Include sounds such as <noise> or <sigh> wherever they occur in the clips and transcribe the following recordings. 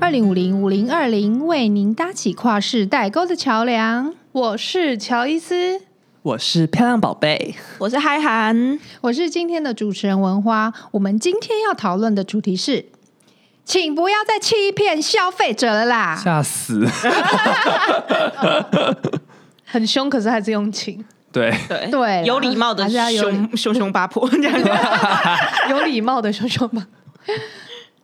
二零五零五零二零为您搭起跨世代沟的桥梁。我是乔伊斯，我是漂亮宝贝，我是嗨涵，我是今天的主持人文花。我们今天要讨论的主题是，请不要再欺骗消费者了啦！吓死！ <laughs> 很凶，可是还是用 <laughs> 情，对，对对有礼貌的还是要有礼凶凶凶八婆这样。有礼貌的凶凶吧。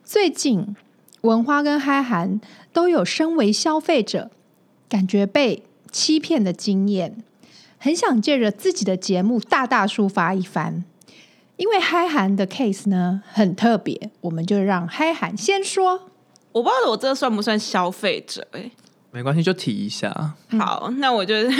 最近文花跟嗨涵都有身为消费者感觉被欺骗的经验，很想借着自己的节目大大抒发一番。因为嗨涵的 case 呢很特别，我们就让嗨涵先说。 <laughs> 我不知道我这算不算消费者、欸？没关系，就提一下。嗯好，那我就 <laughs>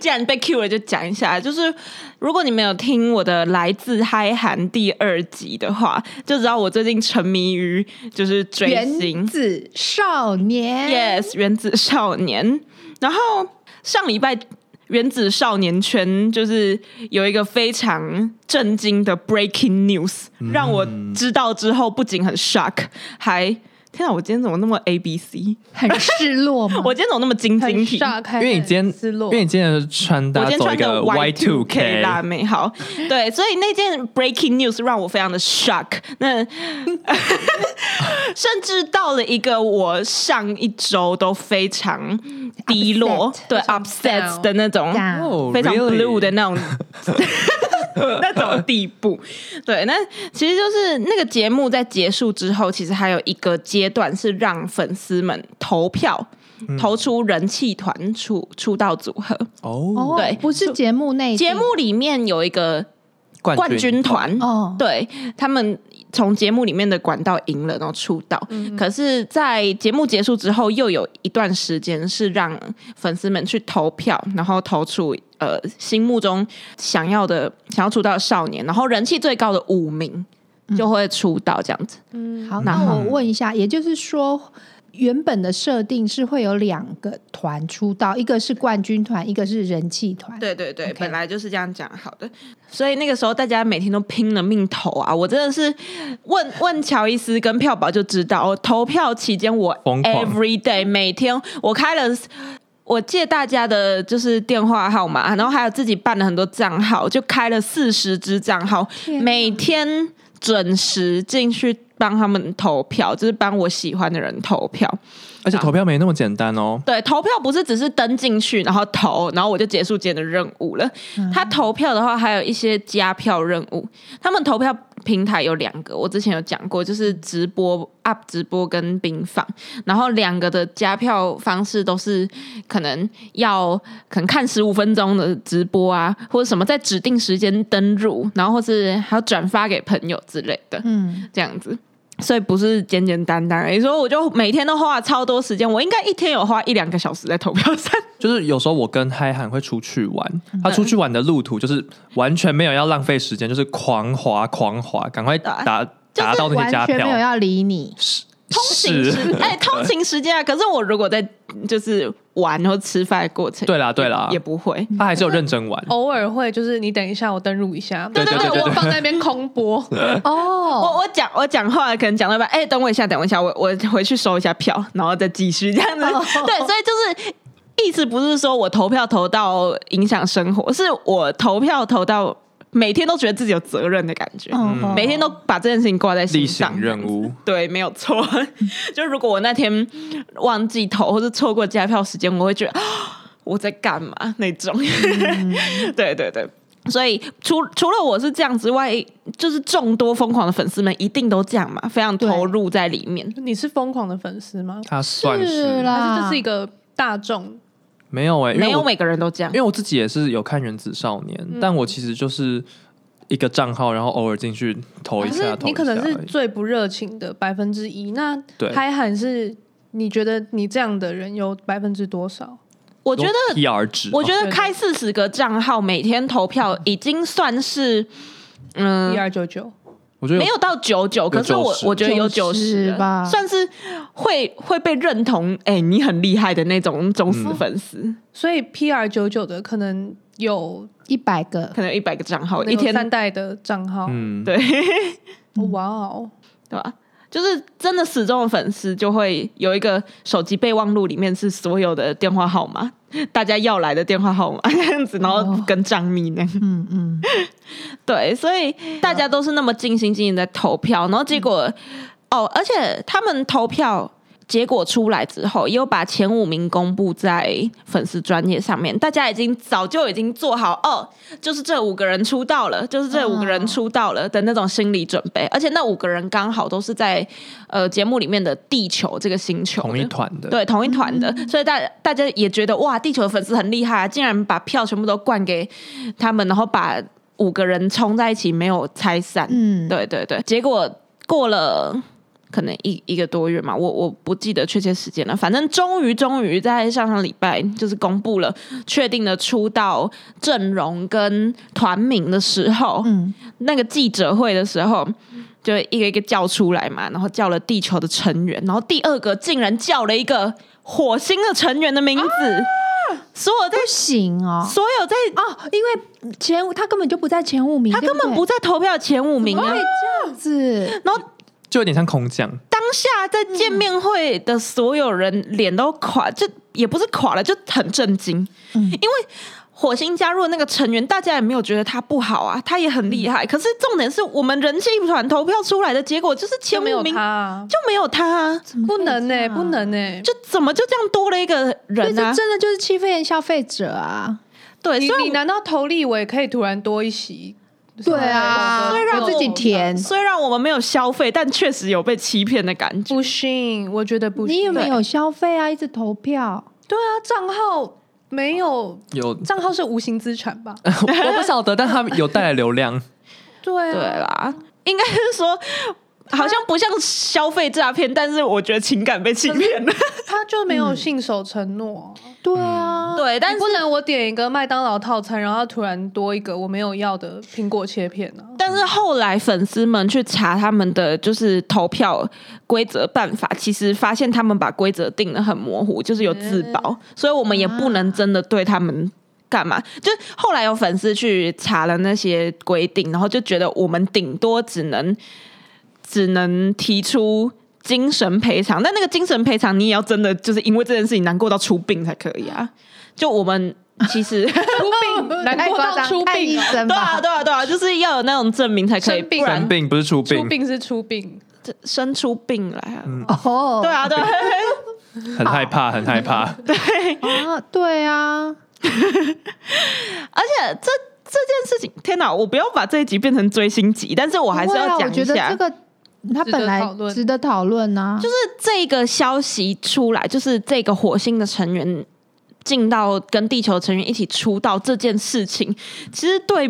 既然被 Q 了，就讲一下。就是如果你没有听我的《来自嗨韩》第二集的话，就知道我最近沉迷于就是追星原子少年 Yes，原子少年。然后上礼拜原子少年圈就是有一个非常震惊的 breaking news，、让我知道之后不仅很 shock，还天啊，我今天怎么那么 A B C？很失落吗？ <laughs> 我今天怎么那么晶晶体？因为你今天，因为你今天的穿我搭今天走一穿个的 Y two K K，辣妹， <laughs> 好，对，所以那件 breaking news 让我非常的 shock，那 <laughs> 甚至到了一个我上一周都非常低落 Upset，对非常 upset down 的那种这样哦非常 really？ blue 的那 <laughs> 种。那种地步，对，那其实就是那个节目在结束之后，其实还有一个阶段是让粉丝们投票，嗯投出人气团出出道组合。哦，哦，对不是节目内节目里面有一个冠冠军团，哦，对他们从节目里面的管道赢了，然后出道。可是，在节目结束之后，又有一段时间是让粉丝们去投票，然后投出呃心目中想要的、想要出道的少年，然后人气最高的五名就会出道这样子。好，然那后我问一下，也就是说，原本的设定是会有两个团出道，一个是冠军团，一个是人气团。，对对对 OK 本来就是这样讲好的。所以那个时候大家每天都拼了命投啊！我真的是问问乔伊斯跟票宝就知道，我投票期间我疯狂 every day 每天我开了。我借大家的就是电话号码，然后还有自己办了很多账号，就开了四十支账号，天哪每天准时进去帮他们投票，就是帮我喜欢的人投票。而且投票没那么简单哦。对，投票不是只是登进去，然后投，然后我就结束今天的任务了。他投票的话，还有一些加票任务。他们投票平台有两个，我之前有讲过，就是直播、Up 直播跟冰放，然后两个的加票方式都是可能要可能看十五分钟的直播啊，或者什么在指定时间登入，然后或是还要转发给朋友之类的。嗯，这样子，所以不是简简单单而已。所以我就每天都花了超多时间，我应该一天有花一两个小时在投票 <laughs> 上。就是有时候我跟嗨涵会出去玩，他出去玩的路途就是完全没有要浪费时间，就是狂滑狂滑，赶快达达到那些加完全没有票。要理你。通勤是时，哎、通勤时间啊！可是我如果在就是玩或吃饭的过程， <laughs> 对啊啦对啦也不会。他还是有认真玩，偶尔会，就是你等一下，我登录一下，对对对对对我放在那边空 <laughs> 播，我哦，我讲我讲话可能讲到一半，哎、等我一下，等我一下，我我回去收一下票，然后再继续这样子。 <laughs> 对，所以就是意思不是说我投票投到影响生活，是我投票投到每天都觉得自己有责任的感觉。嗯每天都把这件事情挂在心例上行。任务。对，没有错。 <laughs> 就如果我那天忘记投或者错过加票时间，我会觉得啊我在干嘛那种。嗯 <laughs> 对对对，所以除除了我是这样之外，就是众多疯狂的粉丝们一定都这样嘛，非常投入在里面。你是疯狂的粉丝吗？他算是是啦，还是这是一个大众？没有哎、因没为有我每个人都这样因。为我自己也是有看《原子少年》但我其实就是一个账号，然后偶尔进去投一可下，是投一啊你下可而已。能是最不热情的百分之一。那对嗨喊是你觉得你这样的人有百分之多少？我觉得 PR 值，哦我觉对得对开四十个账号，每天投票已经算是，嗯一，二九九，我觉得没有到九九，可是我90我觉得有九90十吧算是会会被认同。哎、你很厉害的那种忠实粉丝，所以 PR 九九的可能哦有一百个可能一百个账号可能一有天，三代的账号，嗯，对哦哇哦，对吧？就是真的死忠的粉丝就会有一个手机备忘录，里面是所有的电话号码， <laughs> 大家要来的电话号码 <laughs> 这样子，然后哦跟账密那样。嗯嗯， <laughs> 对，所以大家都是那么尽心尽力在投票，然后结嗯果、哦，而且他们投票结果出来之后，也有把前五名公布在粉丝专业上面，大家已经早就已经做好哦，就是这五个人出道了，就是这五个人出道了的那种心理准备，而且那五个人刚好都是在呃节目里面的地球这个星球的同一团的，对，同一团的，所以大大家也觉得哇，地球的粉丝很厉害、啊，竟然把票全部都灌给他们，然后把五个人冲在一起，没有拆散。嗯对对对，结果过了可能一一个多月嘛，我我不记得确切时间了，反正终于终于在上上礼拜就是公布了确定的出道阵容跟团名的时候，嗯，那个记者会的时候，就一个一个叫出来嘛，然后叫了地球的成员，然后第二个竟然叫了一个火星的成员的名字，所有在不行哦所有在哦，因为前他根本就不在前五名，他对根本对不在投票前五名啊会，这样子，然后就有点像空降，当下在见面会的所有人脸都垮，就也不是垮了，就很震惊，嗯因为。火星加入的那个成员，大家也没有觉得他不好啊，他也很厉害。可是重点是我们人气团投票出来的结果就是前就五没有名他啊，就没有他啊，怎么不会能这呢、样不能呢、欸。就怎么就这样多了一个对，人这啊？真的就是欺骗消费者啊！对，你虽你然难道投立委可以突然多一席？对啊，虽然我自己填，虽然我们没有消费，但确实有被欺骗的感觉。不信，我觉得不信。你有没有消费啊？一直投票，对啊，账号没有，有 <laughs> 账号是无形资产吧？我不晓得，但他有带来流量，对对啊，啦，应该是说。好像不像消费诈骗，但是我觉得情感被欺骗了。他就没嗯有信守承诺。对啊，对，但你是不能我点一个麦当劳套餐，然后突然多一个我没有要的苹果切片啊呢、 <laughs> 但是后来粉丝们去查他们的就是投票规则办法，其实发现他们把规则定的很模糊，就是有自保，所以我们也不能真的对他们干嘛。就是后来有粉丝去查了那些规定，然后就觉得我们顶多只能只能提出。精神赔偿，但那个精神赔偿你也要真的就是因为这件事情难过到出殡才可以啊！就我们其实出病， <laughs> 难过到出看医病、哦，生对啊吧。对啊对啊，就是要有那种证明才可以，生病不然生病不是出出病，病是出病。生出病来啊！哦，对啊，对 <laughs> 啊，很害怕，很害怕。啊，对啊，而且这这件事情，天哪！我不要把这一集变成追星集，但是 <laughs> 我还是不会啊要我讲一觉得下，这个它值得本来讨论值得讨论啊，就是这个消息出来，就是这个火星的成员进到跟地球成员一起出道这件事情，其实对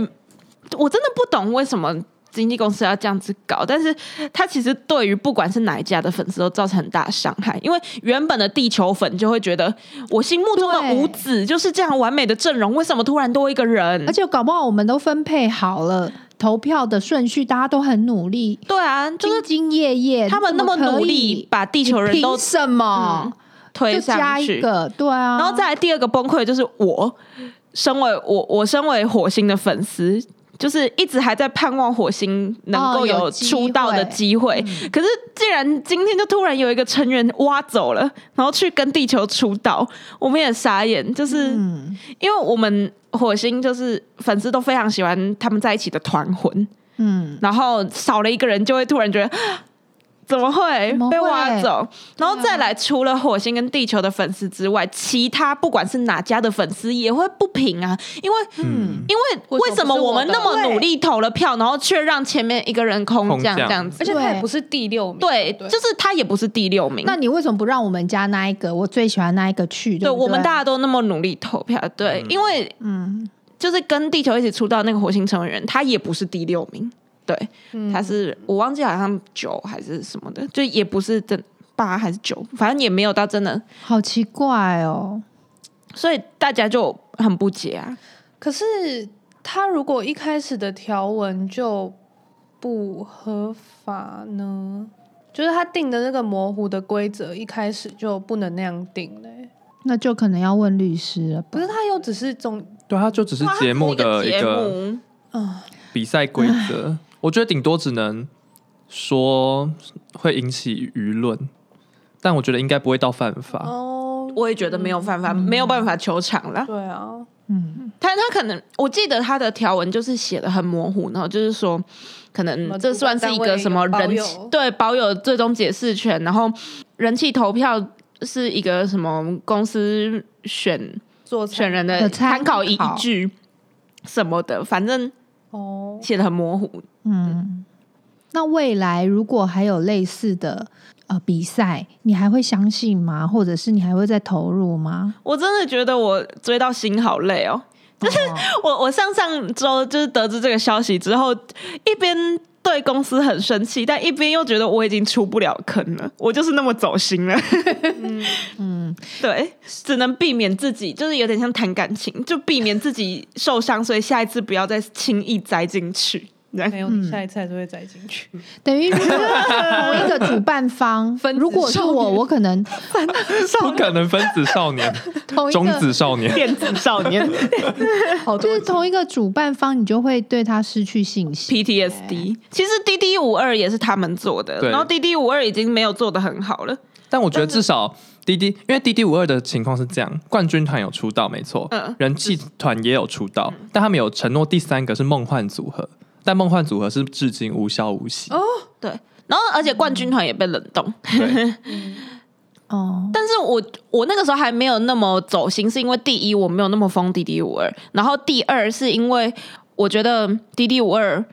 我真的不懂为什么。经纪公司要这样子搞，但是它其实对于不管是哪一家的粉丝都造成很大伤害，因为原本的地球粉就会觉得，我心目中的对五子就是这样完美的阵容，为什么突然多一个人？而且搞不好我们都分配好了投票的顺序，大家都很努力，对啊，就是兢兢业业，他们那么怎可努以力，把地球人你都凭什么嗯推就上加去一，个？对啊，然后再来第二个崩溃的就是我，身为我我身为火星的粉丝。就是一直还在盼望火星能够哦有有机出道的会嗯机会，可是既然今天就突然有一个成员挖走了，然后去跟地球出道，我们也傻眼。就是、嗯因为我们火星就是粉丝都非常喜欢他们在一起的团魂，嗯，然后少了一个人，就会突然觉得 <gasps> 啊怎么会怎么会被挖走？然后再来，除了火星跟地球的粉丝之外，其他不管是哪家的粉丝也会不平啊，因为嗯，因为为为什什么么不是我我的们那么努力投了票，然后却让前面一个人空空降降这样子？而且他对也不是第六名，对，对就是他也不是第六名。那你为什么不让我们家那一个我最喜欢那一个去？对对不对，我们大家都那么努力投票，对，因为嗯就是跟地球一起出道那个火星成员，他也不是第六名，对，嗯他是我忘记好像九还是什么的，就也不是真八还是九，反正也没有到真的，好奇怪哦，所以大家就很不解啊。可是他如果一开始的条文就不合法呢？就是他定的那个模糊的规则，一开始就不能那样定嘞、那就可能要问律师了吧。可是他又只是中，对，它就只是节目的一一节个目，啊、比赛规则，我觉得顶多只能说会引起舆论，但我觉得应该不会到犯法。哦，我也觉得没有办法，没有办法求偿啦。对啊，嗯，他他可能我记得他的条文就是写的很模糊，然后就是说，可能么这算是一个什么主管单人位气有保有对保有最终解释权，然后人气投票是一个什么公司选做选菜人的的参参考依考据什么的，反正哦，写的很模糊。嗯，那未来如果还有类似的呃比赛，你还会相信吗？或者是你还会再投入吗？ <laughs> 我真的觉得我追到心好累哦。就是我我上上周就是得知这个消息之后，一边对公司很生气，但一边又觉得我已经出不了坑了，我就是那么走心了。 <laughs> 嗯，对，只能避免自己，就是有点像谈感情，就避免自己受伤，所以下一次不要再轻易栽进去。这样没有，你下一次还是会再进去。等于同一个主办方分，子如果是少年我，我可能不可能分子少年、同一中个子少年。电子少年 <laughs> 好就是同一个主办方，你就会对他失去信心。 PTSD，其实 DD 五二也是他们做的，对然后 DD 五二已经没有做的很好了。 <laughs> 但我觉得至少滴滴，因为滴滴五二的情况是这样，冠军团有出道没错，嗯人气团也有出道，但他们有承诺第三个是梦幻组合，但梦幻组合是至今无消无息。对，然后而且冠军团也被冷冻，对， <laughs> 哦，但是我我那个时候还没有那么走心，是因为第一我没有那么疯滴滴五二，然后第二是因为我觉得滴滴五二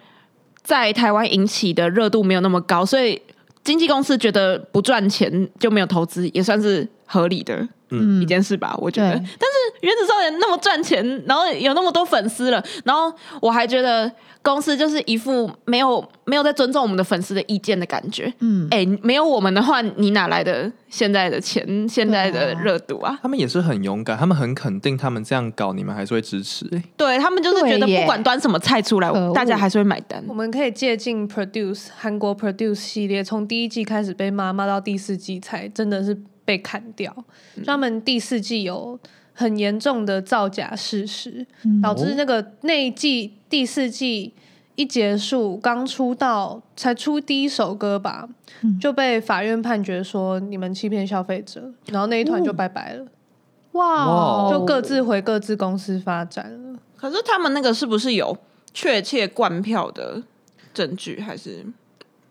在台湾引起的热度没有那么高，所以经纪公司觉得不赚钱就没有投资，也算是合理的一嗯，件事吧，我觉得。对但是原子少年那么赚钱，然后有那么多粉丝了，然后我还觉得公司就是一副没有没有在尊重我们的粉丝的意见的感觉。嗯，哎、没有我们的话，你哪来的现在的钱、现在的热度啊？他们也是很勇敢，他们很肯定，他们这样搞你们还是会支持、欸对他们就是觉得对耶不管端什么菜出来可恶，大家还是会买单我。们可以借鉴 Produce 韩国 Produce 系列，从第一季开始被骂，骂到第四季才真的是被砍掉。嗯就他们第四季有很严重的造假事实，嗯导致那个那一季第四季一结束，刚出道才出第一首歌吧，嗯就被法院判决说你们欺骗消费者，然后那一哦团就拜拜了，哇哦，就各自回各自公司发展了。可是他们那个是不是有确切灌票的证据？还是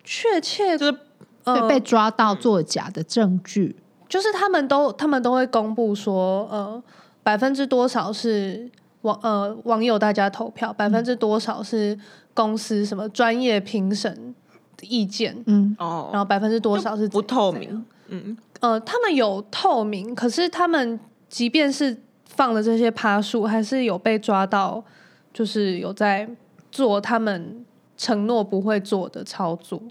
确切就是对呃被抓到作假的证据。就是他们都他们都会公布说，呃，百分之多少是网呃网友大家投票，百嗯分之多少是公司什么专业评审意见，嗯哦，然后百分之多少是不怎透怎样明？嗯，呃，他们有透明，可是他们即便是放了这些趴数，还是有被抓到，就是有在做他们承诺不会做的操作。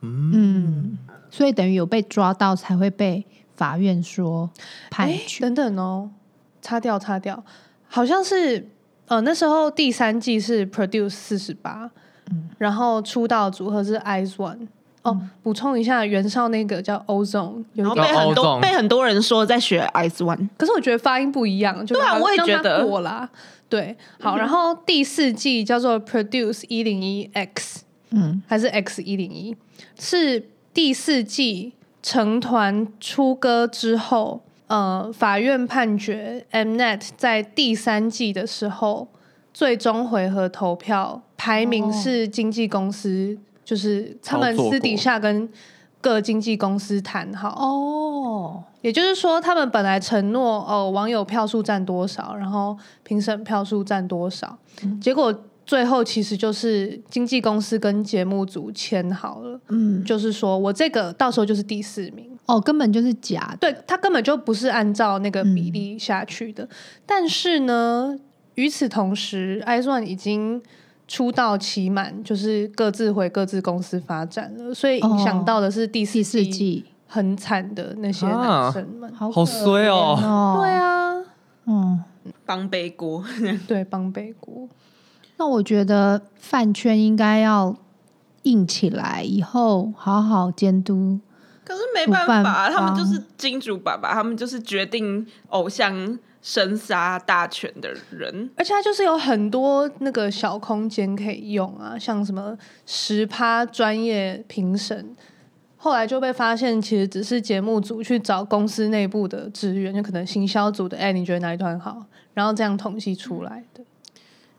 嗯，所以等于有被抓到才会被法院说判哎决。等等哦，擦掉擦掉，好像是呃那时候第三季是 Produce 四十八，嗯然后出道组合是 Eyes One。哦，补充一下，袁绍那个叫 Ozone，有然一后被哦个很多哦懂被很多人说在学 Ice One， <laughs> 可是我觉得发音不一样，就对啊让他我也让觉他得过啦。对， <laughs> 好，然后第四季叫做 Produce 一零一 X 嗯还是 X 一零一，是第四季成团出歌之后，呃，法院判决 Mnet 在第三季的时候，最终回合投票排名哦是经纪公司，就是他们操作私过底下跟各经纪公司谈好哦，也就是说，他们本来承诺哦，网友票数占多少，然后评审票数占多少，结果最后其实就是经纪公司跟节目组签好了，嗯，就是说我这个到时候就是第四名，哦，根本就是假的。对他根本就不是按照那个比嗯例下去的。但是呢，与此同时，iZone 已经出道期满，就是各自回各自公司发展了，所以影响哦到的是第四第四季季，很惨的那些啊男生们。好好可衰哦怜哦。对，啊，嗯，帮背锅。对，帮背锅。那我觉得饭圈应该要硬起来，以后好好监督。可是没办法啊，主办他方们就是金主爸爸，他们就是决定偶像生杀大权的人。而且它就是有很多那个小空间可以用啊，像什么十趴专业评审，后来就被发现其实只是节目组去找公司内部的资源，就可能行销组的，哎、你觉得哪一团好，然后这样统计出来的。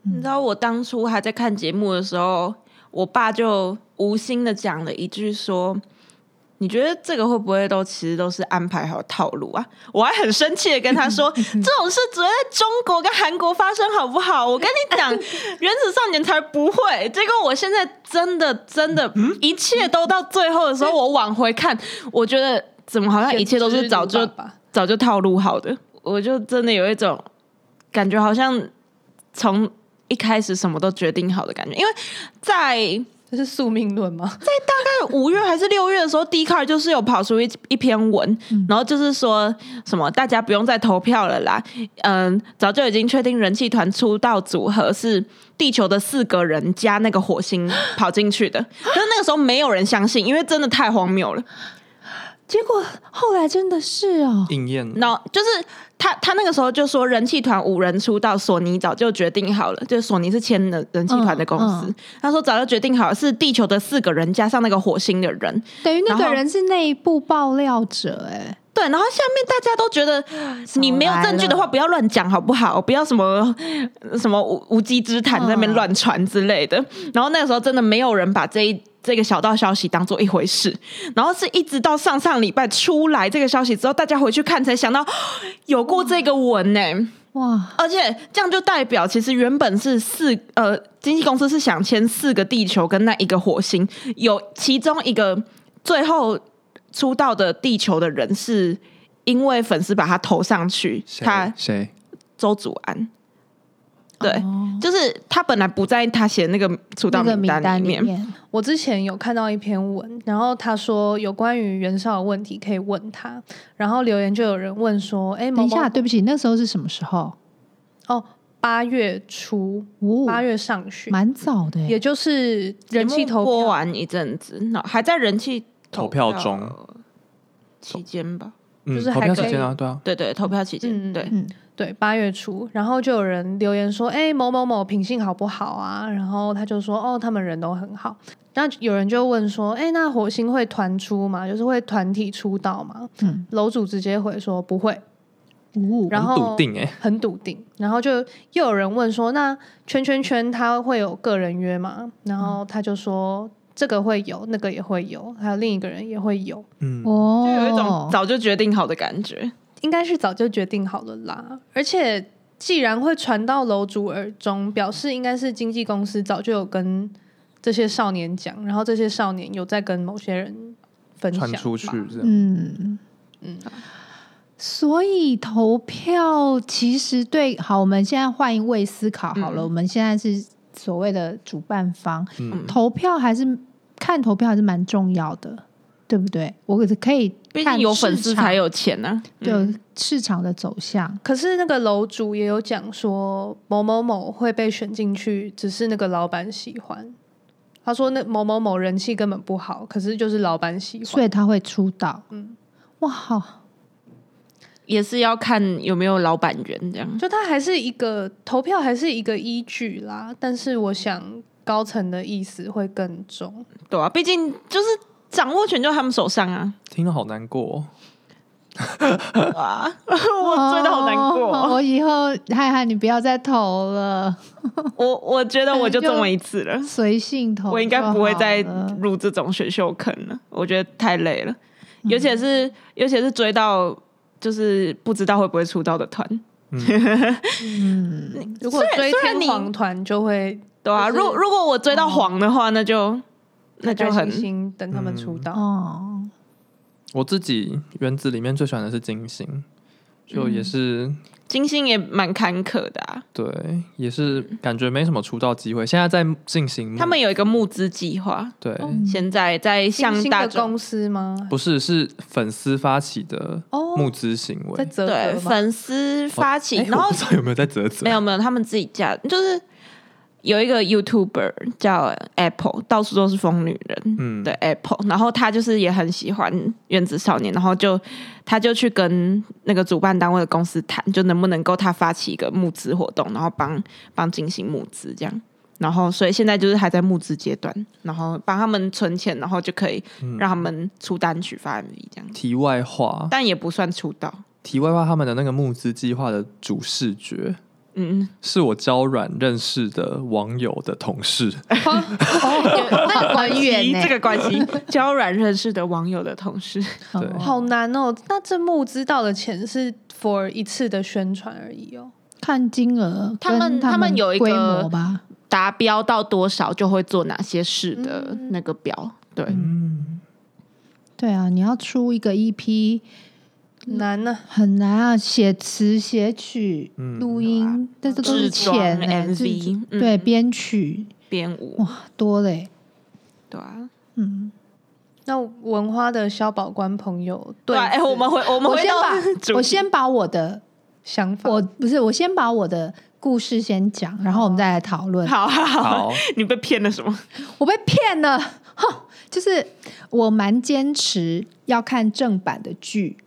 你知道我当初还在看节目的时候，我爸就无心的讲了一句说：“你觉得这个会不会都其实都是安排好套路啊？”我还很生气的跟他说：“这种事只会在中国跟韩国发生，好不好？我跟你讲，原子少年才不会。”结果我现在真的真的，一切都到最后的时候，我往回看，我觉得怎么好像嗯一切都是早就吧，早就套路好的，我就真的有一种感觉，好像从一开始什么都决定好的感觉。因为在这是宿命论吗？ <laughs> 在五月还是六月的时候 d c a r 就是有跑出一一篇文，然后就是说什么大家不用再投票了啦，嗯，早就已经确定人气团出道组合是地球的四个人加那个火星跑进去的，可是那个时候没有人相信，因为真的太荒谬了。结果后来真的是哦，应验了。那、就是他，他那个时候就说人气团五人出道，索尼早就决定好了，就是索尼是签了人气团的公司，嗯嗯他说早就决定好了是地球的四个人加上那个火星的人，等于那然个后人是内部爆料者哎，对，然后下面大家都觉得你没有证据的话，不要乱讲好不好？不要什么什么无无稽之谈在那边嗯乱传之类的。然后那个时候真的没有人把这一这个小道消息当做一回事。然后是一直到上上礼拜出来这个消息之后，大家回去看才想到哦有过这个欸文呢、哇，而且这样就代表，其实原本是四呃，经纪公司是想签四个地球跟那一个火星，有其中一个最后出道的地球的人是因为粉丝把他投上去，谁他谁周祖安，对，哦就是他本来不在他写的那个出道那个名单单里里面，面，我之前有看到一篇文，然后他说有关于袁绍的问题可以问他，然后留言就有人问说，哎、某等一某下，对不起，那时候是什么时候？哦，八月初，哦，八月上旬，蛮早的哎也耶，就是人气节目投播票，完一阵子，那还在人气投票中期间吧，嗯就是，投还票可时以间啊，对啊，对对，投票期间，嗯嗯对，嗯，对，八月初，然后就有人留言说，哎、某某某品性好不好啊？然后他就说，哦，他们人都很好。那有人就问说，哎、那火星会团出吗？就是会团体出道吗？嗯楼主直接回说不会，哦，然后很笃定哎、很笃定。然后就又有人问说，那圈圈圈他会有个人约吗？然后他就说。这个会有，那个也会有，还有另一个人也会有，嗯，哦，就有一种早就决定好的感觉。应该是早就决定好了啦。而且既然会传到楼主耳中，表示应该是经纪公司早就有跟这些少年讲，然后这些少年有在跟某些人分享传吧出去这样。嗯，嗯，所以投票其实对，好，我们现在换一位思考好了，嗯我们现在是所谓的主办方，嗯投票还是看投票还是蛮重要的，对不对？我可以毕看竟有粉市丝场才有钱呢、嗯对市场的走向，可是那个楼主也有讲说，某某某会被选进去，只是那个老板喜欢。他说那某某某人气根本不好，可是就是老板喜所欢。以他会出道。嗯哇，好，也是要看有没有老板缘这样。就他还是一个投票，还是一个依据啦。但是我想高层的意思会更重。对啊，毕竟就是掌握权就他们手上啊。听了好难过、哦。哇，我追的好难哦过。我以后嗨嗨，你不要再投了，我我觉得我就这么一次了，随性嗯投就好了。我应该不会再入这种选秀坑了。我觉得太累了，嗯尤其是尤其是追到就是不知道会不会出道的团。嗯，如果虽然追虽然天你皇团就会对啊，就如是如果我追到黄的话，那就嗯那就开开很心心等他们嗯出道。哦。我自己原子里面最喜欢的是金星，就也是、金星也蛮坎坷的啊。对，也是感觉没什么出道机会。现在在进行他们有一个募资计划，对、嗯现在在新向新大的众公司吗？不是是粉丝发起的哦募资行为，在泽对泽吗？粉丝发起，哎然我后不知道有没有在折折，没有没有，他们自己架就是有一个 YouTuber 叫 Apple，到处都是疯女人嗯的 Apple，、然后他就是也很喜欢《原子少年》，然后就他就去跟那个主办单位的公司谈，就能不能够他发起一个募资活动，然后帮帮进行募资这样。然后，所以现在就是还在募资阶段，然后帮他们存钱，然后就可以让他们出单曲、发 MV 这样，题外话，但也不算出道。题外话，他们的那个募资计划的主视觉嗯，是我娇软认识的网友的同事，哦那个关官员系呢 <laughs> 这？个关系，交软认识的网友的同事，对哦 <laughs> 好难哦。那这募资到的钱是 for 一次的宣传而已哦。看金额，他们跟他他们有一个规模吧，达标到多少就会做哪些事的那个表。对，嗯，对啊，你要出一个 EP 嗯难呢、很难啊，写词、写曲、嗯录音，这都是制装钱呢、制 MV，嗯对，编曲编舞，哇多嘞，对啊，嗯，那文花的消保官朋友对对啊，哎，我们回我们我回先到把 <laughs> 主我题先把我的，想法，我不是我先把我的故事先讲，然后我们再来讨论。好好好，好，你被骗了什么？我被骗了， <laughs> 哼，就是我蛮坚持要看正版的剧，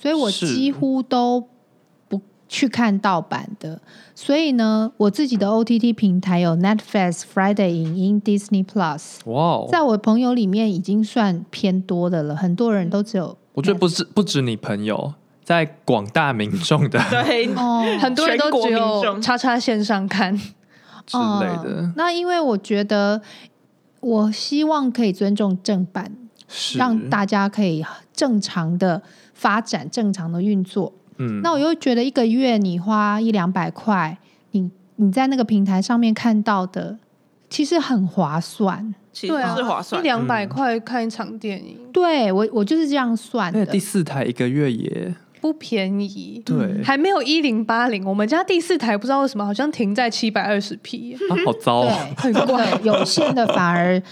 所以我是几乎都不去看盗版的。所以呢，我自己的 OTT 平台有 Netflix、Friday 影音、Disney Plus，哇哦，在我朋友里面已经算偏多的了，很多人都只 <laughs> 有我觉得不是不止你朋友，在广大民众的 <laughs> 对，哦，很多人都全只国民有众叉叉线上 <laughs> 看，之类嗯的，那因为我觉得，我希望可以尊重正版，是让大家可以正常的发展、正常的运作。嗯，那我又觉得一个月你花一两百块，你你在那个平台上面看到的，其实很划算。其实对啊，是划算一。两百嗯块看一场电影对我我就是这样算那的个。哎第四台一个月也不便宜，嗯对，还没有一零八零，我们家第四台不知道为什么好像停在七百二十 P 耶。啊，好糟哦，对， <laughs> 对，有线的反而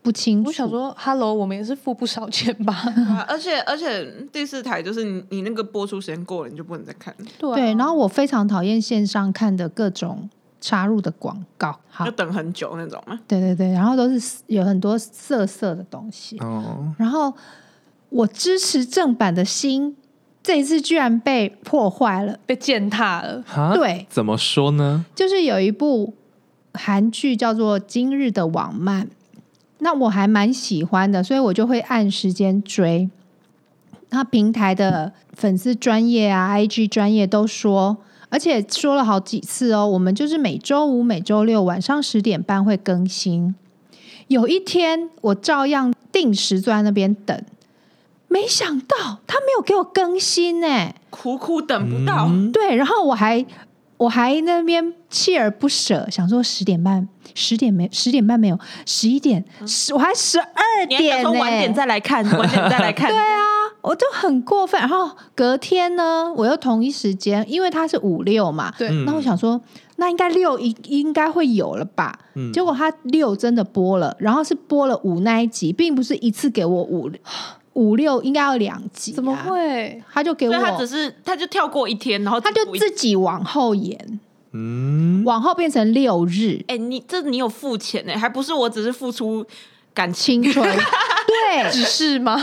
不清楚。 <laughs> 我想说，Hello，我们也是付不少钱吧？ <laughs> 对啊而且而且第四台就是你你那个播出时间过了，你就不能再看了，对啊对，然后后我非常讨厌线上看的各种插入的广告。好要，等很久那种嘛。对对对，然后都是有很多色色的东西。哦，然后我支持正版的心，这一次居然被破坏了。被践踏了，哈，对怎么说呢？就是有一部韩剧叫做《今日的网漫》，那我还蛮喜欢的，所以我就会按时间追。它平台的粉丝专业啊，IG 专业都说，而且说了好几次哦，我们就是每周五、每周六晚上十点半会更新。有一天，我照样定时坐在那边等，没想到他没有给我更新呢、苦苦等不到，嗯对，然后我还我还那边锲而不舍，想说十点半，十点没十点半没有，十一点，十、我还十二嗯你还想点说呢、晚点再啊来看，晚点再来 <laughs> 看，我就很过分。然后隔天呢，我又同一时间，因为它是五六嘛，对嗯那我想说，那应该六应应该会有了吧？嗯结果他六真的播了，然后是播了五那一集，并不是一次给我五五六，应该要两集、啊怎么？会？他就给所我以，他只是他就跳过一天，然后他就补一自己往后延，嗯，往后变成六日。哎、你这你有付钱欸呢、还不是我只是付出感情，青春，对，只是吗？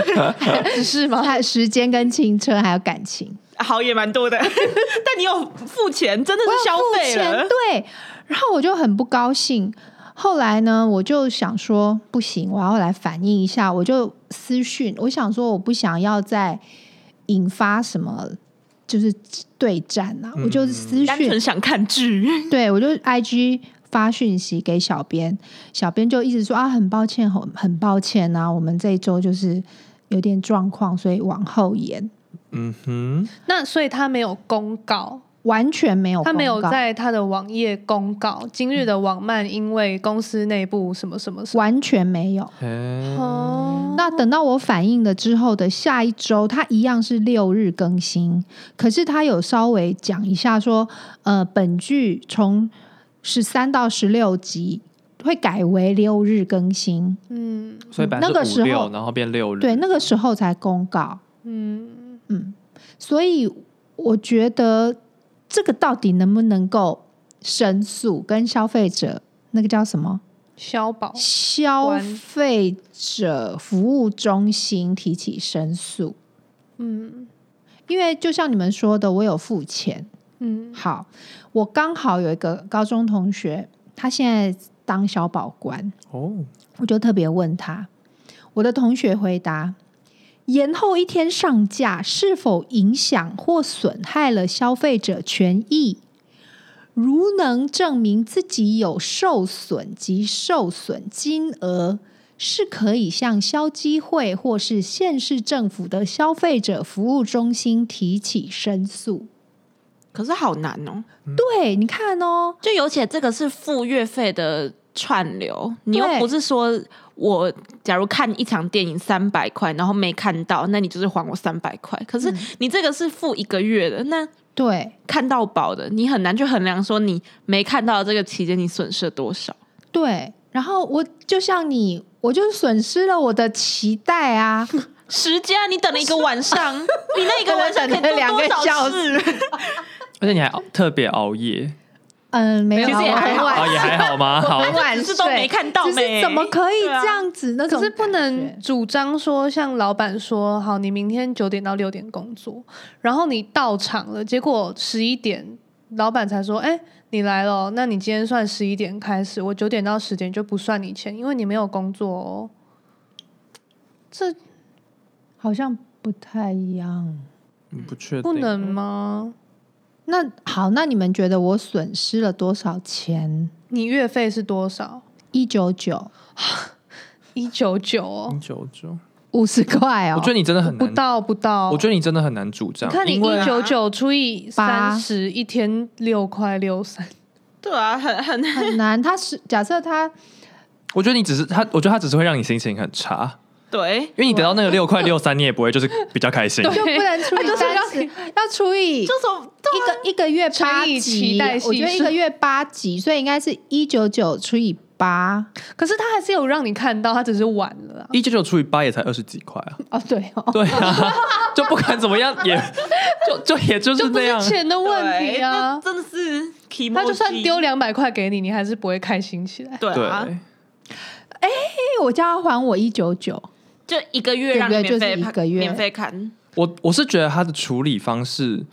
<laughs> 只是吗？还有时间跟青春，还有感情， <laughs> 好也蛮多的， <laughs> 但你有付钱，真的我是消要付费钱了。对，然后我就很不高兴。后来呢，我就想说不行，我要来反映一下，我就私讯，我想说我不想要再引发什么就是对战啊，我就私单讯纯想看剧，对我就 IG 发讯息给小编，小编就一直说啊，很抱歉，很很抱歉啊，我们这一周就是有点状况，所以往后延，嗯哼，那所以他没有公告，完全没有他没有哦公告在他的网页公告今日的网漫，因为公司内部什么什么什么。完全没有。哎，哦，那等到我反应了之后的下一周，它一样是六日更新，可是它有稍微讲一下说，呃，本剧从十三到十六集会改为六日更新，嗯所以本那来个是时五候六，然后变六日，对，那个时候才公告。嗯，嗯，所以我觉得这个到底能不能够申诉跟消费者那个叫什么消保消哦关费者服务中心提起申诉，嗯因为就像你们说的，我有付钱。嗯好，我刚好有一个高中同学，他现在当小保官，哦，我就特别问他，我的同学回答：延后一天上架是否影响或损害了消费者权益？如能证明自己有受损及受损金额，是可以向消基会或是县市政府的消费者服务中心提起申诉。可是好难哦。对，你看哦，就尤其这个是付月费的串流，你又对不是说我假如看一场电影三百块，然后没看到，那你就是还我三百块。可是嗯你这个是付一个月的，那对，看到饱的，你很难去衡量说你没看到的这个期间你损失了多少。对，然后我就像你，我就损失了我的期待啊，时间啊，你等了一个 <laughs> 晚上，你那一个晚上可以我等了做两多个少小事？而且你还熬特别熬夜，嗯，没有，其实也我还很好啊，晚，也还好 <laughs> 吗？好我，很晚只睡，是都没看到只是没怎么可以对啊这样子那可种？是不能，主张说，像老板说，好，你明天九点到六点工作，然后你到场了，结果十一点，老板才说，哎、你来了哦，那你今天算十一点开始，我九点到十点就不算你钱，因为你没有工作哦。这好像不太一样。嗯不确定，不能吗？那好，那你们觉得我损失了多少钱？你月费是多少？一九九一九九哦零，九九。五十块哦，我觉得你真的很不难，到不到。我觉得你真的很难主张你。看你因为啊一九九除以八三十，一天六块六三。对啊，很很很难。他是假设他我觉得你只是他，我觉得他只是会让你心情很差，对，因为你得到那个六块六三，你也不会就是比较开 <laughs> 心。就不能除以他就是要三十，要除以就说一个一个月八乘以期集待，系我觉得一数个月八集，所以应该是一九九除以八。可是他还是有让你看到，他只是晚了啊。一九九除以八也才二十几块啊，哦，对哦，对啊，就不管怎么样也就就也就是就不那样是。钱的问题啊对那。真的是 emoji，他就算丢两百块给你，你还是不会开心起来。对啊，对，因为我叫他还我一九九，就一个月让你对免费就是一个月免费看。我我是觉得他的处理方式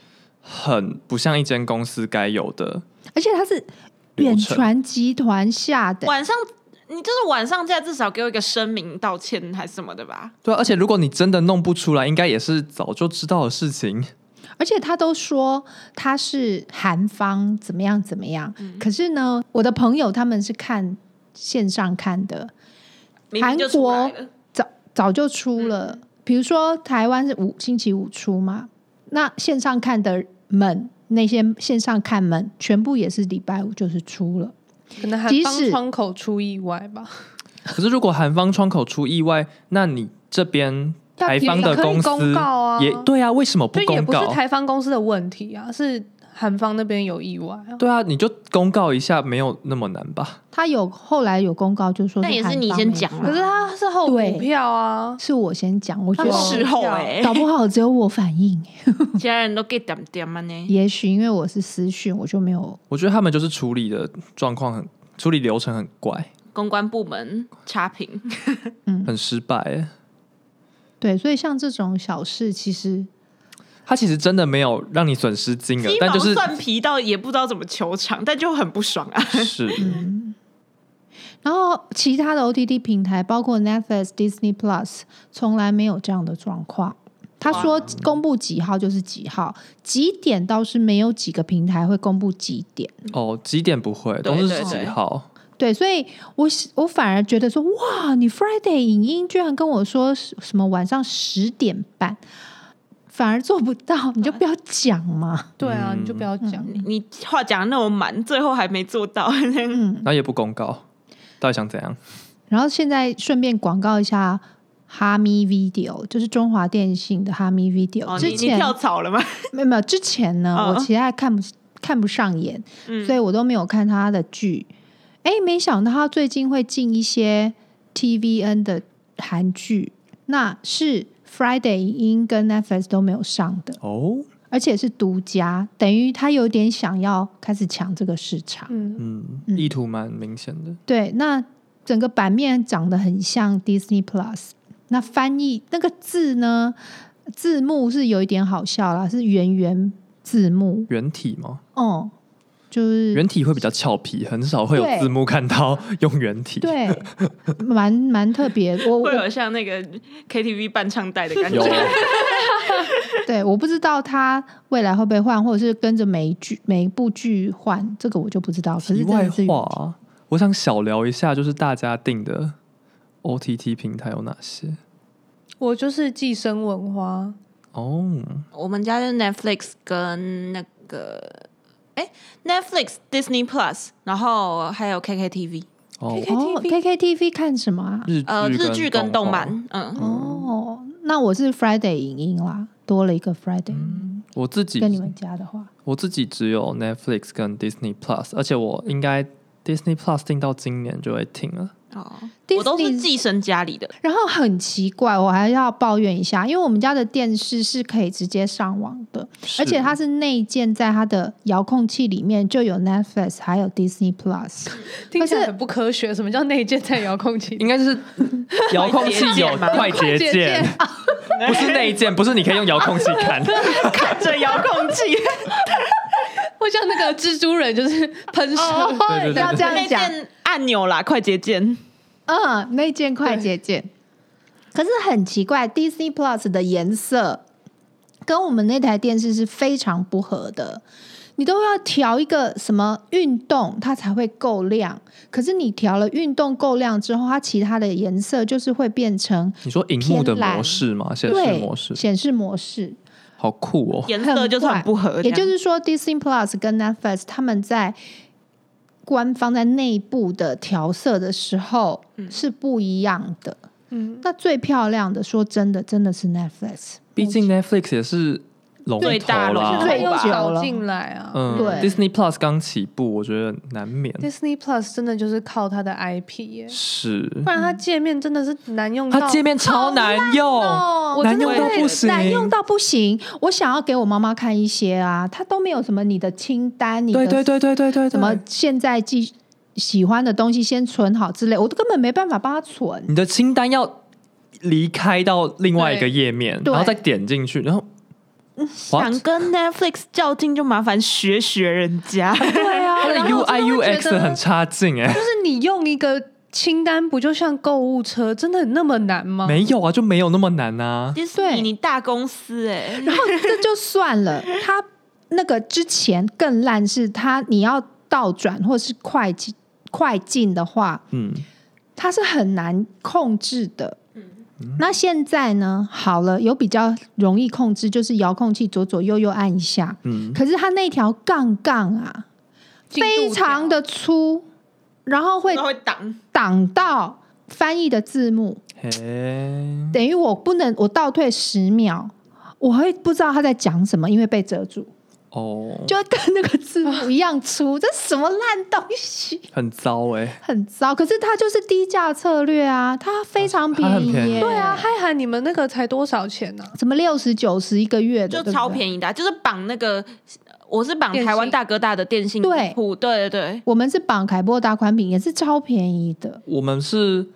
很不像一间公司该有的。而且他是流远程传集团下的，晚上你就是晚上假，至少给我一个声明道歉还是什么的吧？对啊，而且如果你真的弄不出来，应该也是早就知道的事情。 <laughs> 而且他都说他是韩方怎么样怎么样，嗯可是呢，我的朋友他们是看线上看的，明明就出来了早早就出了。嗯比如说台湾是五星期五出嘛，那线上看的们那些线上看们全部也是礼拜五就是出了。可能还即帮使窗口出意外吧。可是如果韩方窗口出意外，那你这边但台方的也可以公司公告啊也对啊，为什么不所以也公不是告？台方公司的问题啊，是韩方那边有意外啊。对啊，你就公告一下，没有那么难吧？他有后来有公告就说，但也是你先讲可啊啦是他是后对补票啊，是我先讲，我觉他得们事是后哎、搞不好只有我反应，其他人都 get 点点啊嘛呢？也许因为我是私讯，我就没有。我觉得他们就是处理的状况很，处理流程很怪，公关部门差评，很失败欸。对，所以像这种小事，其实他其实真的没有让你损失金额鸡，但毛就是蒜皮到也不知道怎么求偿，但就很不爽啊！是然后其他的 OTT 平台，包括 Netflix、Disney Plus，从来没有这样的状况。他说公布几号就是几号，几点倒是没有几个平台会公布几点。哦，几点不会都对是对几对号？对，所以我喜我反而觉得说，哇，你 Friday 影音居然跟我说是什么晚上十点半，反而做不到，你就不要讲 <laughs> 嘛。对啊，嗯你就不要讲。你你话讲得那么满，最后还没做到， <laughs> 然后也不公告，到底想怎样？然后现在顺便广告一下哈咪 Video，就是中华电信的哈咪 Video。哦，你之你前跳槽了吗？没有没有，之前呢，嗯我其实还看不看不上眼，所以我都没有看他的剧。哎，没想到他最近会进一些 TVN 的韩剧，那是 Friday 影音跟 Netflix 都没有上的。哦，而且是独家，等于他有点想要开始抢这个市场。嗯，嗯，嗯意图蛮明显的。对，那整个版面长得很像 Disney Plus。那翻译那个字呢，字幕是有一点好笑啦，是圆圆字幕，原体吗？哦、就是原体会比较俏皮，很少会有嗯对字幕看到 <laughs> 用原体。，对，蛮蛮特别。我我会啊有像那个 KTV 伴唱带的感 <laughs> 有啊觉。对，我不知道他未来会不会换，或者是跟着每一剧每一部剧换，这个我就不知道。可题是真的外是话啊，我想小聊一下，就是大家定的 OTT 平台有哪些？我就是寄生文花，哦， <laughs> 我们家就是 Netflix 跟那个哎 Netflix、Disney Plus，然后还有 KKTV，哦，哦 KKTV ，KKTV 看什么啊？日呃，日剧跟动画，漫，嗯，哦，那我是 Friday 影音啦，多了一个 Friday，、我自己跟你们家的话，我自己只有 Netflix 跟 Disney Plus，而且我应该 Disney Plus 定到今年就会停了。哦， Disney- 我都是寄生家里的，然后很奇怪，我还要抱怨一下，因为我们家的电视是可以直接上网的，而且它是内建在它的遥控器里面就有 Netflix 还有 Disney Plus，听起可来是很不科学。什么叫内建在遥控器？ <laughs> 应该就是遥控器有快捷快捷键键，不是内建，不是你可以用遥控器看。看着遥控器，会像那个蜘蛛人，就是喷射。哦对对对要这样那讲，键按钮啦，快捷键，嗯，内建快捷键。可是很奇怪，Disney Plus 的颜色跟我们那台电视是非常不合的。你都要调一个什么运动，它才会够亮。可是你调了运动够亮之后，它其他的颜色就是会变成 <laughs> 你说荧幕的模式吗？显示对模式，显示模式，好酷哦！颜色就是很不合，也就是是说，Disney Plus 跟 Netflix 他们在官方在内部的调色的时候是不一样的。嗯，那最漂亮的，说真的，真的是 Netflix。毕竟 Netflix 也是龙最头大龙啦头。最最又久导了进来啊。嗯对，Disney Plus 刚起步，我觉得难免 Disney Plus 真的就是靠它的 IP 耶，是。不然它界面真的是难用到。它界面超难用，哦难用我真到的不行，难用到不行。我想要给我妈妈看一些啊，她都没有什么你的清单，你的对对对对对对对，什么现在记喜欢的东西先存好之类，我都根本没办法帮她存。你的清单要离开到另外一个页面，对然后再点进去，然后想跟 Netflix 较劲，就麻烦学学人 <laughs> 家。对啊，它的然后 U 我 I 真的 U 会 X 觉得很差劲哎、就是你用一个清单，不就像购物车，真的那么难哦吗？没有啊，就没有那么难啊。迪士对尼，你大公司哎，然后 <laughs> 这就算了，她那个之前更烂是她你要倒转或是快进快进的话，嗯，它是很难控制的。那现在呢？好了，有比较容易控制，就是遥控器左左右右按一下。嗯可是它那条杠杠啊，进度非条常的粗，然后会都会挡。挡到翻译的字幕，嘿，等于我不能我倒退十秒，我会不知道他在讲什么，因为被遮住，哦，就会跟那个字幕一样粗。这什么烂东西？很糟哎、很糟，可是它就是低价策略啊，它非常它便很宜便宜耶，对啊，嗨喊你们那个才多少钱呢、什么六十九十一个月的，就超宜。便宜的啊、就是绑那个，我是绑电信台湾大哥大的电信对铺，对对对，我们是绑凯波打款品，也是超便宜的。我们是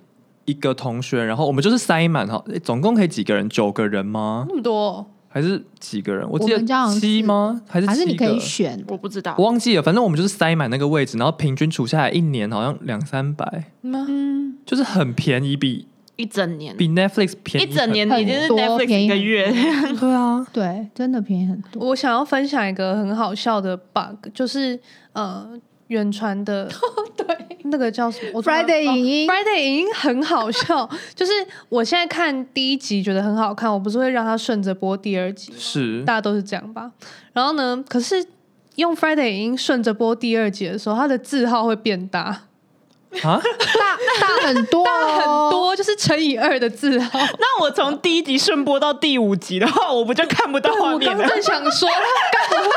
一个同学，然后我们就是塞满哈，诶总共可以几个人？九个人吗？那么多，还是几个人？我我记们这样得是七吗？还是还是七你可以个？选，我不知道我，忘记了，反正我们就是塞满那个位置，然后平均除下来一年好像两三百，嗯，嗯，就是很便宜，比一整年，比 Netflix 便宜一整年很你就是很多 Netflix 便宜一个月，多对啊，对，真的便宜很多。我想要分享一个很好笑的 bug，就是呃，远 <laughs> 传的对那个叫什么我突然 Friday 哦影音 Friday 影音很好笑，就是我现在看第一集觉得很好看，我不是会让它顺着播第二集吗，是大家都是这样吧？然后呢，可是用 Friday 影音顺着播第二集的时候，它的字号会变大。啊， <laughs> 大大很多、很哦，多就是乘以二的字号。 <laughs> 那我从第一集顺播到第五集的话，我不就看不到画我面刚了？正想说，该不会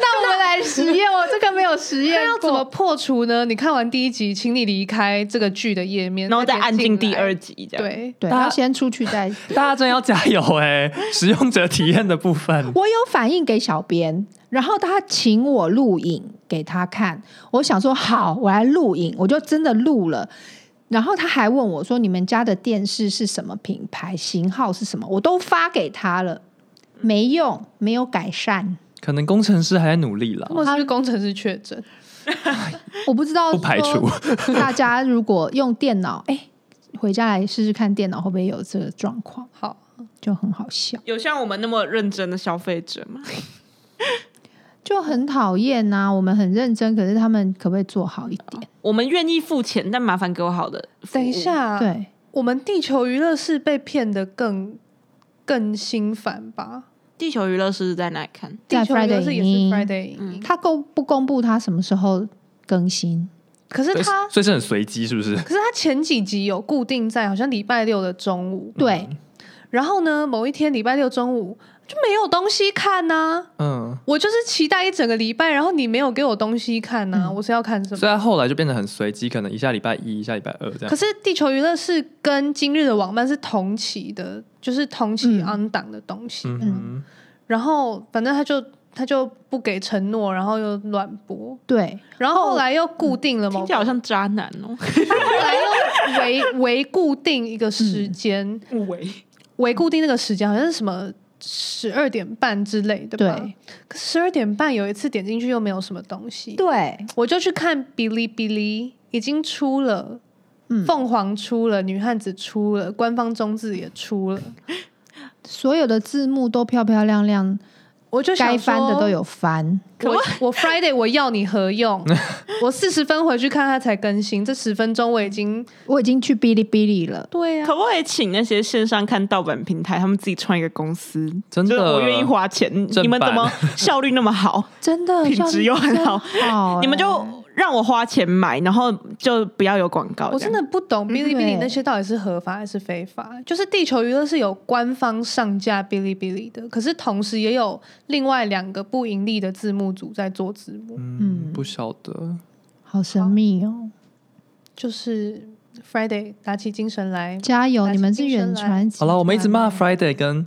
那我们来实验，我这个没有实验那要怎过。么破除呢？你看完第一集，请你离开这个剧的页面，然后再按进第来二集这样。对，对，大家要先出去再。，大家真的要加油哎、 <laughs> 使用者体验的部分我有反映给小编，然后他请我录影给他看。我想说好，我来录影，我就真的录了。然后他还问我说：“你们家的电视是什么品牌，型号是什么？”我都发给他了，没用，没有改善。可能工程师还在努力啦，或者是工程师确诊，我不知道，不排除。大家如果用电脑，哎、回家来试试看电脑会不会有这个状况，好，就很好笑，有像我们那么认真的消费者吗？就很讨厌呐。我们很认真，可是他们可不可以做好一点？我们愿意付钱，但麻烦给我好的。等一，下，，对，我们地球娱乐是被骗的更更心烦吧？地球娱乐是在哪里看？在地球娱乐是也是 Friday 影 Friday，影嗯音他公不公布他什么时候更新？可是所以他所以是很随机，是不是？可是他前几集有固定在好像礼拜六的中午，对，然后呢某一天礼拜六中午就没有东西看呐、嗯，我就是期待一整个礼拜，然后你没有给我东西看呐、我是要看 <laughs> 什所以么？它后来就变得很随机，可能一下礼拜一，一下礼拜二这可样。是地球娱乐是跟今日的网漫是同期的，就是同期嗯 on 档的东西。嗯哼，然后反正他就他就不给承诺，然后又乱播，对，然后后来又固定了听某起个，来好像渣男哦。后来又维维固定一个时间，喂，维固定那个时间好像是什么十二点半之类的吧。对，可十二点半有一次点进去又没有什么东西，对，我就去看哔哩哔哩已经出了。嗯凤凰出了，女汉子出了，官方中字也出了，所有的字幕都漂漂亮亮，我就想该翻的说都有翻。我我 Friday 我要你合 <laughs> 用，我四十分回去看它才更新，这十分钟我已经我已经去哔哩哔哩了，对啊可，不可以请那些线上看盗版平台，他们自己创一个公司？真的就是我愿意花钱，正版你们怎么 <laughs> 效率那么 <laughs> 好？真的品质又很好，哦效率真好你们哎就让我花钱买，然后就不要有广哦告。我真的不嗯懂哔哩哔哩那些到底是合法还是非法。就是地球娱乐是有官方上架哔哩哔哩的，可是同时也有另外两个不盈利的字幕组在做字幕，嗯，不晓得。好神秘哦。就是 Friday 打起精神来，加油，打你们起是精神远来传奇。好了，我们一直骂 Friday 跟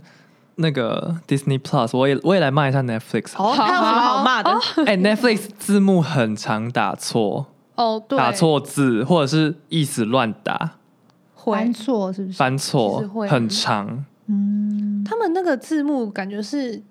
那个 Disney Plus，我也我也来骂一下 Netflix 好了。哦，还有什么好哦骂的？哎、n e t f l i x 字幕很常打错，哦，对，打错字或者是意思乱打，翻会。错是不是？翻其错实会很长。嗯，他们那个字幕感觉是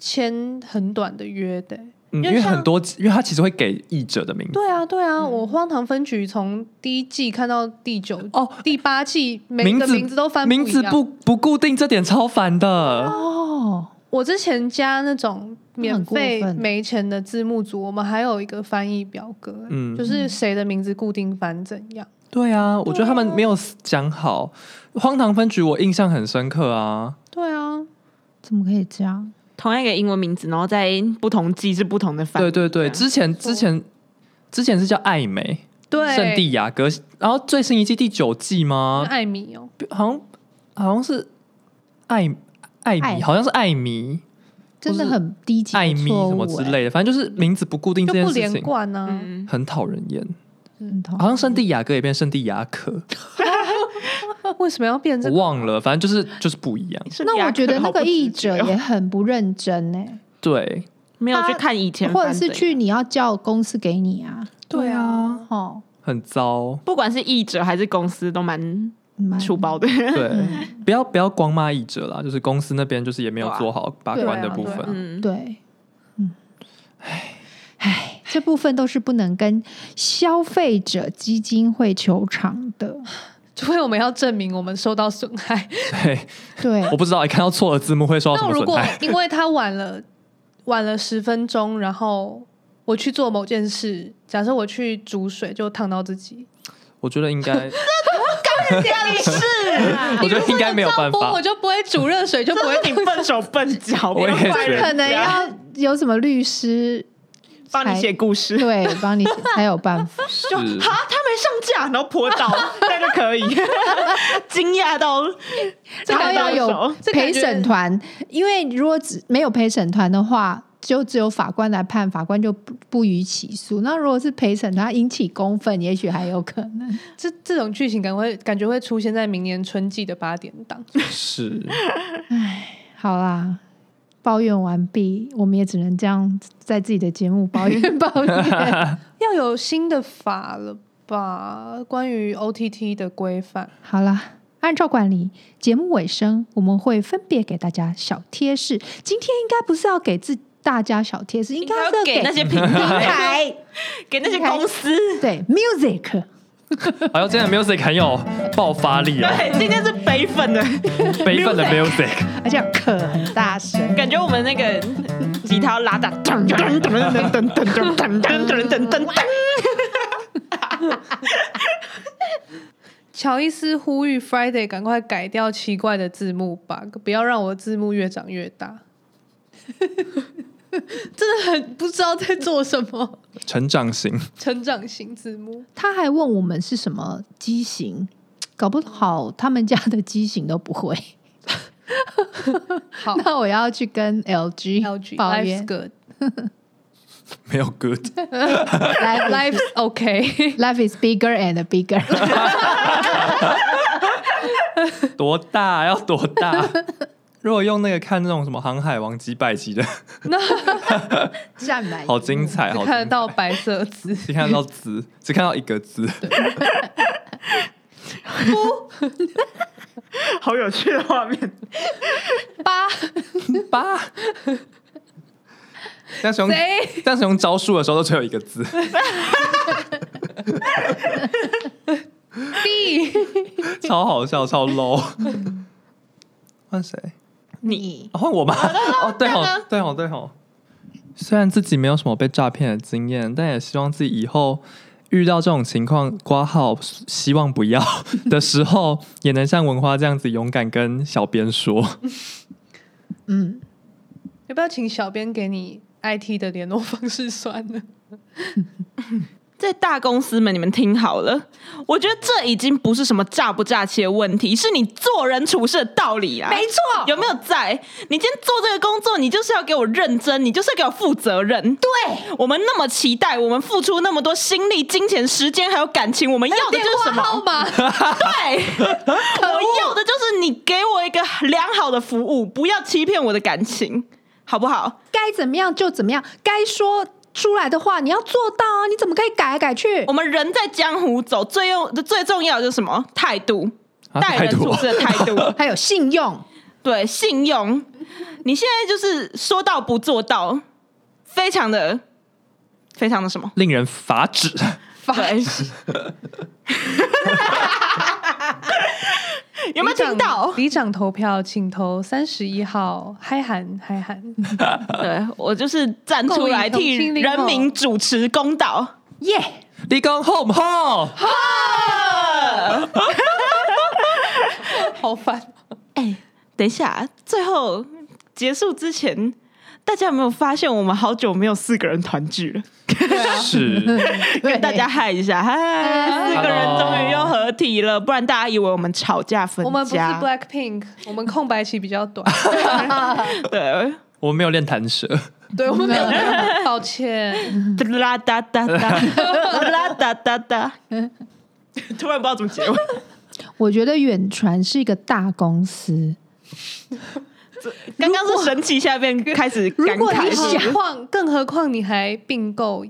签很短的约的、嗯，因因为为像很多，因为它其实会给译者的名字。对啊，对啊，嗯我荒唐分局从第一季看到第九哦第八季，每名个字名字都翻名一字啊样不。不固定，这点超烦的。哦，我之前加那种免很过费分没钱的字幕组，我们还有一个翻译表格，嗯就是谁的名字固定翻怎样。对啊，我觉得他们没有讲好。荒唐分局我印象很深刻啊，对啊，怎么可以这样？同样一个英文名字，然后在不同季是不同的翻译。对对对，这样之前之前之前是叫艾美对，圣地亚哥，然后最新一季第九季跟吗？艾米哦，好像好像是艾艾艾米，好像是艾米真的是很低级的艾米错什么误之哎，类的，反正就是名字不固定就这件不事连情贯呢、啊。嗯，很讨人厌。很讨好像圣地亚哥也变圣地亚可，为什么要变这我个？忘了，反正就是就是不一样。那我觉得那个译者也也很不认真哎、 <laughs> 对，哦没有去看以前或翻者的，是去你要叫公司给你啊，对啊，哦，很糟。不管是译者还是公司都蛮嗯蛮粗暴的。对， <laughs> 不要不要光骂译者啦，就是公司那边就是也没有对啊做好把对关的啊部对啊分。 <laughs> 嗯，对，嗯，唉，这部分都是不能跟消费者基金会求偿的，除非我们要证明我们受到损害。对，对，我不知道，一看到错的字幕会 <laughs> 受到什啊么那如损果害？因为他晚了晚了十分钟，然后我去做某件事，假设我去煮水就烫到自己， <laughs> 我觉得应该，是啊，我觉得应该没有办不法我。就不会煮热水，就不会你笨手笨脚， <laughs> 我也不要怪觉人得可能家 <laughs> 要有什么律师帮你写故事，对帮你写才有办法。就嗯哈，他没上架，然后泼倒，那就可以，惊讶到然后感要到手有 <laughs> 这陪感觉审团，因为如果只没有陪审团的话，就只有法官来判，法官就不不予起诉。那如果是陪审团引起公愤，也许还有可能。这这种剧情感会感觉会出现在明年春季的八点档。是，好啦，抱怨完毕，我们也只能这样在自己的节目抱怨抱怨。 <laughs> 要有新的法了吧？关于 OTT 的规范，好啦，按照惯例，节目尾声我们会分别给大家小贴士。今天应该不是要给自大家小贴士，应该要是给那些平平台、台给那些公司。 <laughs> 对 music。哎呦，今天的 music 很有爆发力 <laughs> 哦，对，今天是北粉的，悲愤的 music，而且咳很大声。感觉我们那个吉他要拉大，噔噔噔噔噔噔噔噔噔噔噔噔噔。乔伊斯呼吁 Friday 赶快改掉奇怪的字幕 bug，不要让我的字幕越长越大。 <laughs> 真的很不知道在做什么，成长型，成长型字幕。他还问我们是什么机型，搞不好他们家的机型都不会。好 <laughs> 那我要去跟 LG ，LG 抱 Life's 怨 good, 没有 good， ，Life。Life's OK Life <laughs> is bigger and bigger。 <laughs> 多大要多 <laughs> 大？如果用那个看那种什么《航海王》几百集的， <laughs> 站满好精彩，好精只嗯看得彩到白色字，只看得到字，只看到一个字，好有趣的画面，八八。但是用谁 <laughs> 但是用招数的时候都只有一个字， B 超好笑，超 low。换谁？你哦换我吗？哦，对哦，对哦，对哦。虽然自己没有什么被诈骗的经验，但也希望自己以后遇到这种情况，挂号希望不要 <laughs> 的时候，也能像文花这样子勇敢跟小编说。嗯， <laughs> 要不要请小编给你 IT 的联络方式算了？在大公司们，你们听好了，我觉得这已经不是什么诈不诈欺的问题，是你做人处事的道理啦。没错有没有在？你今天做这个工作，你就是要给我认真，你就是要给我负责任。对，我们那么期待，我们付出那么多心力、金钱、时间还有感情，我们要的就是什么？号码？ <laughs> 对，我要的就是你给我一个良好的服务，不要欺骗我的感情，好不好？该怎么样就怎么样，该说出来的话你要做到啊！你怎么可以改来改去我？们人在江湖走，最用最重要的就是什么态度？啊待人态度处啊事的态度， <laughs> 还有信用，对信用。你现在就是说到不做到，非常的，非常的什么？令人发指，对， <laughs> 有没有听到？里长投票，请投三十一号，嗨喊嗨喊， <laughs> 对我就是站出来共替赢同心领人哦民主持公道。耶、立功 home home。好烦。哎、等一下，最后结束之前，大家有没有发现我们好久没有四个人团聚了？是，对 <laughs> 跟大家嗨一下，嗨，四个人 Hello 终于又合体了，不然大家以为我们吵架分我们不是家。 Black Pink，我们空白期比 <laughs> 较短。对，我没有练弹舌，对，我们没有那么，抱 <laughs> 歉。哒啦哒哒哒，哒啦哒哒哒。 <laughs> 突然不知道怎么结尾，我觉得远传是一个大公司，刚刚是神奇，下面开始如感果你更慨。想何况，更何况你还并购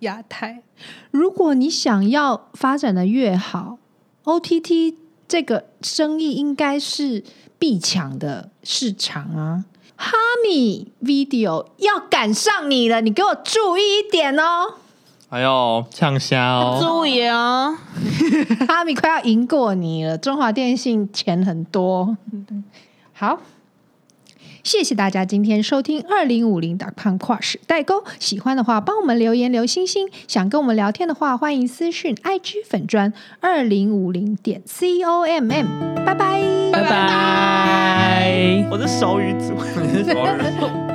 亚太，如果你想要发展的越好，OTT 这个生意应该是必抢的市场啊。哈米 Video 要赶上你了，你给我注意一点哦！哎呦，呛虾哦，注意哦， <laughs> 哈米快要赢过你了，中华电信钱很多。好，谢谢大家今天收听二零五零 .com 跨时代沟。喜欢的话，帮我们留言留星星；想跟我们聊天的话，欢迎私讯 IG 粉砖二零五零点 com。拜拜。拜拜。我是手语组。你是什么人